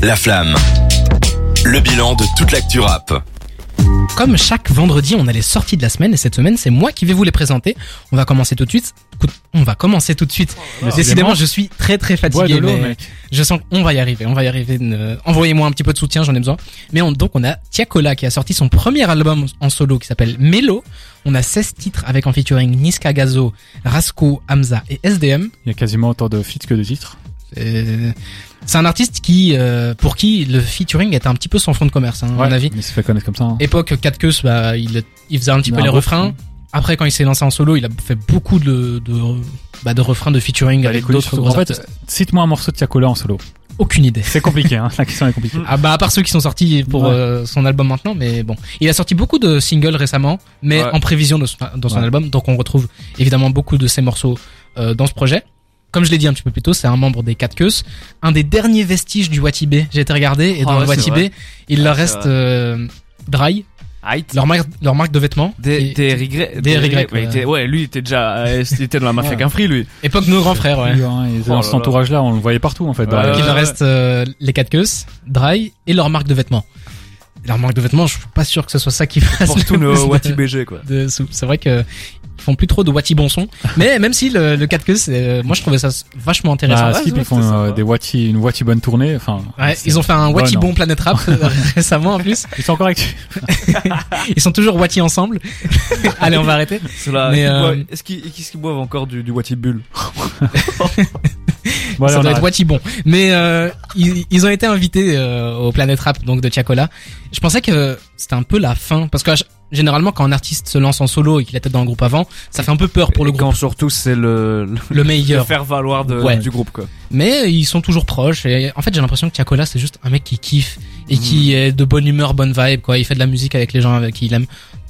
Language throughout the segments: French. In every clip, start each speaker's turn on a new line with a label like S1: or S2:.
S1: La flamme. Le bilan de toute l'actu rap.
S2: Comme chaque vendredi, on a les sorties de la semaine et cette semaine, c'est moi qui vais vous les présenter. On va commencer tout de suite. Écoute, On va commencer tout de suite.
S3: Ah.
S2: Décidément, je suis très très
S3: Bois de
S2: fatigué,
S3: l'eau,
S2: mais
S3: mec.
S2: je sens qu'on va y arriver. On va y arriver. Ne- Envoyez-moi un petit peu de soutien, j'en ai besoin. Mais on- donc, on a Tiakola qui a sorti son premier album en solo qui s'appelle Melo. On a 16 titres avec en featuring Niska Gazo, Rasko, Hamza et SDM.
S3: Il y a quasiment autant de feats que de titres.
S2: Euh, C'est un artiste qui, euh, pour qui le featuring est un petit peu son fond de commerce, hein, à mon avis.
S3: Il se fait connaître comme ça. hein.
S2: époque 4 queues, bah, il, il faisait un petit
S3: Il a
S2: peu
S3: un
S2: les
S3: beau
S2: refrains.
S3: fond.
S2: Après, quand il s'est lancé en solo, il a fait beaucoup de, de, bah, de refrains de featuring
S3: Bah, les
S2: avec
S3: coulisses,
S2: d'autres
S3: surtout.
S2: gros
S3: En fait, euh,
S2: artistes.
S3: cite-moi un morceau de Tiakola en solo.
S2: Aucune idée.
S3: C'est compliqué, hein. La question est
S4: Mm.
S3: compliquée.
S2: Ah bah à part ceux qui sont sortis pour
S3: Ouais.
S2: euh, son album maintenant, mais bon, il a sorti beaucoup de singles récemment, mais
S1: Ouais.
S2: en prévision de son, dans son
S3: Ouais.
S2: album, donc on retrouve évidemment beaucoup de ses morceaux euh, dans ce projet. Comme je l'ai dit un petit peu plus tôt, c'est un membre des 4 queues, un des derniers vestiges du Watibé. J'ai été regardé et
S4: Ah
S2: dans
S4: ouais,
S2: le
S4: c'est
S2: Watibé, il
S4: Ah,
S2: leur
S4: c'est
S2: reste
S4: vrai.
S2: euh, Dry,
S4: Height.
S2: leur marque, leur marque de vêtements.
S4: Des,
S2: qui-
S4: des regrets.
S2: des regrets,
S4: Ouais,
S2: ouais.
S4: t'es- ouais, lui, il était déjà, euh, il était dans la mafia
S3: Ouais.
S4: qu'un free, lui.
S2: Époque nos grands frères, ouais.
S3: Lui, hein, il était
S4: Oh
S3: dans
S4: là
S3: cet
S4: là.
S3: entourage-là, on le voyait partout en fait. dans la-
S4: Ouais.
S2: Donc, il
S4: Euh,
S2: leur reste euh, les 4 queues, Dry et leur marque de vêtements. Leur marque de vêtements, je suis pas sûr que ce soit ça qui fasse
S4: Pour
S2: le
S4: tous
S2: plus
S4: nos
S2: de-
S4: Wati BG, quoi.
S2: de sous. C'est vrai que ils font plus trop de Wati bon son. Mais même si le, le 4 queues, c'est, euh, moi je trouvais ça vachement intéressant.
S3: Bah,
S4: ouais,
S3: Skip,
S4: ouais,
S3: ils font
S4: c'était
S3: euh,
S4: sympa.
S3: des Wati, une Wati bonne tournée. Enfin,
S2: Ouais,
S3: c'est-
S2: ils ont fait un Wati
S3: Bonne,
S2: bon
S3: hein.
S2: Planet Rap euh, récemment en plus.
S3: ils sont encore actifs.
S2: Ils sont toujours Wati ensemble. Allez, on va arrêter.
S4: Cela,
S2: Mais,
S4: est-ce qu'ils
S2: euh, Ah,
S4: boivent- est-ce qu'ils, qu'est-ce qu'ils boivent encore du, du Wati Bull?
S3: Bon, allez,
S2: ça
S3: on
S2: doit être
S3: arrête.
S2: Wati bon. Mais euh, ils, ils ont été invités euh, au Planet Rap donc de Tiakola. Je pensais que c'était un peu la fin parce que ch- généralement quand un artiste se lance en solo et qu'il était dans le groupe avant, ça fait un peu peur pour le
S4: Et
S2: groupe,
S4: Quand surtout, c'est le, le-
S2: le
S4: le
S2: meilleur.
S4: faire valoir de,
S2: Ouais.
S4: du groupe, quoi.
S2: Mais ils sont toujours proches et en fait j'ai l'impression que Tiakola c'est juste un mec qui kiffe et qui est de bonne humeur, bonne vibe quoi. Il fait de la musique avec les gens avec qui il aime.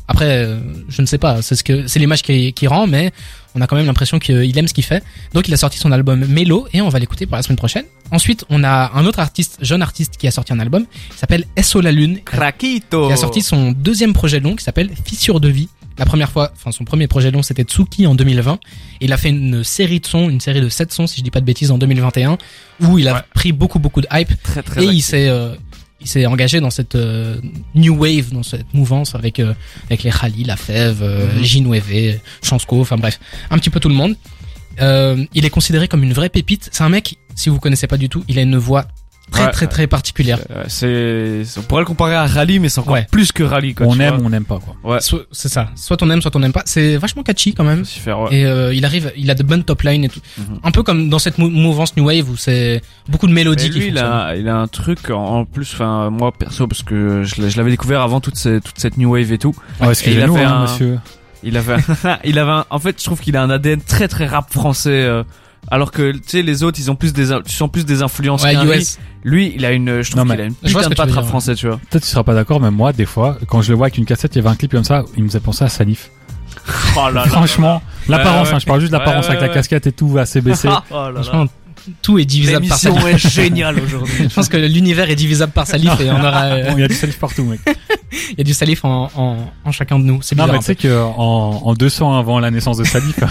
S2: Après euh, je ne sais pas, c'est ce que c'est l'image qui, qui rend mais on a quand même l'impression qu'il aime ce qu'il fait. Donc il a sorti son album Mélo et on va l'écouter pour la semaine prochaine. Ensuite on a un autre artiste, jeune artiste qui a sorti un album, il s'appelle SO la Lune.
S4: Craquito!
S2: Il a sorti son deuxième projet long qui s'appelle Fissure de vie. La première fois, enfin son premier projet long c'était Tsuki en 2020. Et il a fait une série de sons, une série de 7 sons si je dis pas de bêtises en 2021 où il a
S4: Ouais.
S2: pris beaucoup beaucoup de hype
S4: très, très
S2: et il
S4: actif.
S2: s'est euh, il s'est engagé dans cette euh, new wave, dans cette mouvance avec euh, avec les Khali, La Fève, euh,
S4: Mhm.
S2: Ginueve, Chansco, enfin bref, un petit peu tout le monde. Euh, il est considéré comme une vraie pépite. C'est un mec, si vous connaissez pas du tout, il a une voix très
S4: Ouais.
S2: très très particulière.
S4: Euh, c'est, c'est- on pourrait le comparer à Rally, mais c'est encore
S2: Ouais.
S4: plus que Rally, quoi.
S3: On
S4: tu
S3: aime,
S4: vois.
S3: on n'aime pas quoi.
S4: Ouais.
S2: Soit- C'est ça. Soit on aime, soit on n'aime pas. C'est vachement catchy quand même.
S4: Faut s'y faire, ouais.
S2: Et euh, il arrive, il a de bonnes top lines et tout.
S4: Mhm.
S2: Un peu comme dans cette mou- mouvance new wave où c'est beaucoup de
S4: Mais
S2: mélodies qui
S4: lui, il
S2: fonctionnent.
S4: a, il a un truc en en plus, enfin moi perso, parce que je l'ai- je l'avais découvert avant toute, ces- toute cette new wave et tout.
S3: Ouais, excusez-nous,
S4: fait
S3: hein,
S4: un-
S3: monsieur.
S4: Il avait, un- il avait. un- en fait, je trouve qu'il a un ADN très très rap français. euh, alors que tu sais les autres, ils ont plus des, in- tu sens plus des influences. qu'un
S2: Ouais,
S4: Lui.
S2: US.
S4: Lui, il a une, je trouve
S3: Non, mais-
S4: qu'il a une
S2: Je vois ce que
S4: putain de
S2: tu veux
S4: patte
S2: dire,
S4: rap
S2: ouais.
S4: français, tu vois.
S3: Peut-être tu seras pas d'accord, mais moi, des fois, quand je le vois avec une cassette, il y avait un clip comme ça, il me faisait penser à Salif.
S4: Oh là là.
S3: Franchement, l'apparence,
S4: Ouais, ouais.
S3: hein, je parle juste de l'apparence
S4: Ouais,
S3: avec
S4: ouais,
S3: la
S4: ouais.
S3: casquette et tout, assez baissé.
S4: Ah, oh là là.
S2: Franchement, tout est divisable par sa
S4: L'émission est géniale aujourd'hui.
S2: Je pense que l'univers est divisable par salif et on aura, euh,
S3: Bon, il y a du Salif partout, mec.
S2: il y a du salif en, en, en chacun de nous. C'est
S3: Non,
S2: bizarre.
S3: mais
S2: un
S3: tu sais que en, en 200 avant la naissance de Salif,
S2: peu.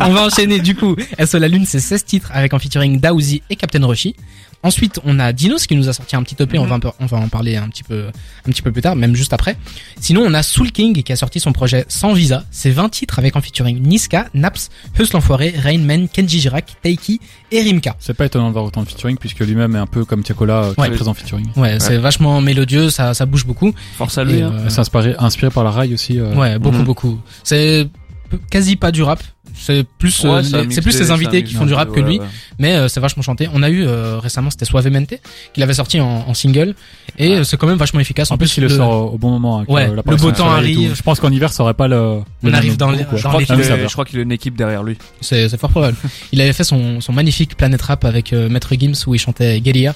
S2: on va enchaîner du coup. SO la Lune, c'est 16 titres avec en featuring Daouzi et Captain Roshi. Ensuite, on a Dinos qui nous a sorti un petit EP. on, va un peu- on va en parler un petit peu, un petit peu plus tard, même juste après. Sinon, on a Soul King qui a sorti son projet Sans Visa. C'est 20 titres avec en featuring Niska, Naps, Heus l'Enfoiré, Rainman, Kenji Girac, Taiki et Rimka.
S3: c'est pas étonnant de voir autant de featuring puisque lui-même est un peu comme Tiakola, euh, très
S2: Ouais.
S3: présent en featuring.
S2: Ouais, c'est vachement mélodieux, ça, ça bouge beaucoup.
S4: Force à lui.
S2: Et,
S4: hein.
S2: euh,
S3: C'est inspiré, inspiré par la rail aussi. euh,
S2: Ouais, beaucoup,
S4: Mhm.
S2: beaucoup. C'est p- quasi pas du rap. C'est plus, euh,
S4: Ouais,
S2: les-
S4: ça a mixé,
S2: c'est plus ses
S4: ça a
S2: invités qui
S4: mixé
S2: font du
S4: un
S2: rap
S4: peu,
S2: que
S4: ouais,
S2: lui,
S4: ouais.
S2: mais euh, c'est vachement chanté. On a eu euh, récemment, c'était Suavemente, qu'il avait sorti en, en single, et euh, c'est quand même vachement efficace.
S3: Ah. En plus, il le
S2: le-
S3: sort au- au bon moment. avec,
S2: Ouais,
S3: euh,
S2: le
S3: l'apparition
S2: beau
S3: du
S2: temps
S3: soleil et tout.
S2: arrive.
S3: Je pense qu'en hiver, ça aurait pas le.
S2: On arrive dans
S3: les
S2: les- dans
S4: Je crois,
S2: les-
S4: qu'il
S3: Ah oui, ça
S4: est-
S3: va.
S4: je crois qu'il a une équipe derrière lui.
S2: C'est c'est fort probable. il avait fait son, son magnifique Planet Rap avec euh, Maître Gims où il chantait Guerilla.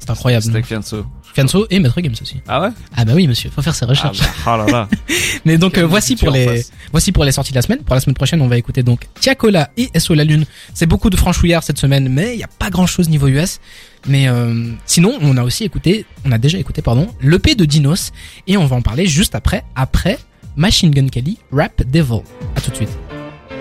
S2: C'est incroyable.
S4: C'était Fianso.
S2: Fianso et Maître Gims aussi.
S4: Ah ouais
S2: Ah bah oui, monsieur, faut faire ses
S4: Ah
S2: recherches.
S4: bah, ah là là.
S2: Mais donc
S4: Quel
S2: euh, voici
S4: futur
S2: pour
S4: en
S2: les
S4: face.
S2: voici pour les sorties de la semaine. Pour la semaine prochaine, on va écouter donc Tiakola et SO la Lune. C'est beaucoup de franchouillards cette semaine, mais il n'y a pas grand chose niveau US. Mais euh, sinon, on a aussi écouté, on a déjà écouté pardon, l'EP de Dinos et on va en parler juste après après Machine Gun Kelly Rap Devil. À tout de suite.